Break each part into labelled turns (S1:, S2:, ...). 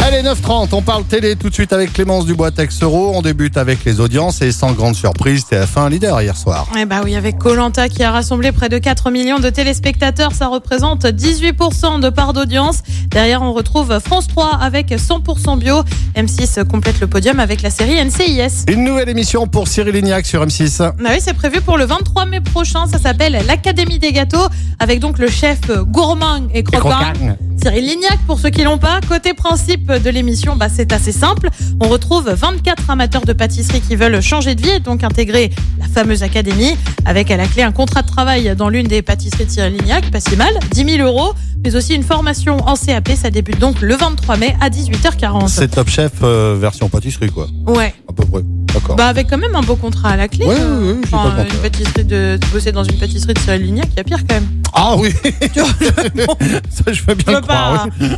S1: Allez, 9h30, on parle télé tout de suite avec Clémence Dubois Texero. On débute avec les audiences et sans grande surprise, TF1 leader hier soir.
S2: Eh bah oui, avec Colanta qui a rassemblé près de 4 millions de téléspectateurs, ça représente 18% de part d'audience. Derrière, on retrouve France 3 avec 100% bio. M6 complète le podium avec la série NCIS.
S1: Une nouvelle émission pour Cyril Lignac sur M6.
S2: Ah oui, c'est prévu pour le 23 mai prochain. Ça s'appelle l'Académie des gâteaux avec donc le chef gourmand et croquant.
S1: croquant.
S2: Cyril Lignac, pour ceux qui l'ont pas. Côté principe de l'émission, bah, c'est assez simple. On retrouve 24 amateurs de pâtisserie qui veulent changer de vie et donc intégrer la fameuse académie avec à la clé un contrat de travail dans l'une des pâtisseries de Cyril Lignac, pas si mal, 10 000 euros, mais aussi une formation en CAP. Ça débute donc le 23 mai à 18h40.
S1: C'est Top Chef euh, version pâtisserie, quoi.
S2: Ouais.
S1: À peu près. D'accord.
S2: Bah avec quand même un beau contrat à la clé.
S1: Ouais,
S2: euh,
S1: ouais, ouais, je suis
S2: enfin,
S1: pas contre.
S2: une pâtisserie de, de bosser dans une pâtisserie de Cyril Lignac, il y a pire quand même.
S1: Ah oui Ça, je veux bien
S2: Je
S1: le
S2: veux
S1: croire.
S2: pas.
S1: oui.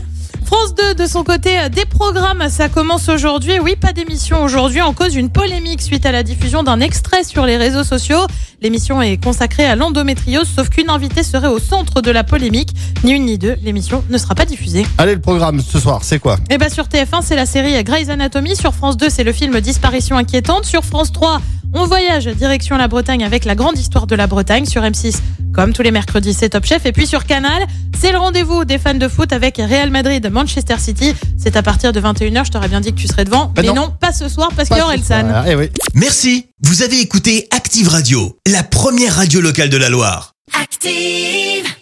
S2: France 2, de son côté, euh, des programmes, ça commence aujourd'hui. Oui, pas d'émission aujourd'hui en cause d'une polémique suite à la diffusion d'un extrait sur les réseaux sociaux. L'émission est consacrée à l'endométriose, sauf qu'une invitée serait au centre de la polémique. Ni une ni deux, l'émission ne sera pas diffusée.
S1: Allez, le programme ce soir, c'est quoi
S2: Et bien Eh ben, sur TF1, c'est la série Grey's Anatomy. Sur France 2, c'est le film Disparition inquiétante. Sur France 3, on voyage direction la Bretagne avec la grande histoire de la Bretagne. Sur M6, comme tous les mercredis, c'est Top Chef. Et puis sur Canal, c'est le rendez-vous des fans de foot avec Real Madrid, Manchester City. C'est à partir de 21h. Je t'aurais bien dit que tu serais devant.
S1: Bah
S2: mais
S1: non.
S2: non. pas ce soir parce qu'il y a
S1: Pas ce
S2: Orelsan.
S1: soir. Eh oui.
S3: Merci, vous avez écouté Active Radio, la première radio locale de la Loire.
S4: Active.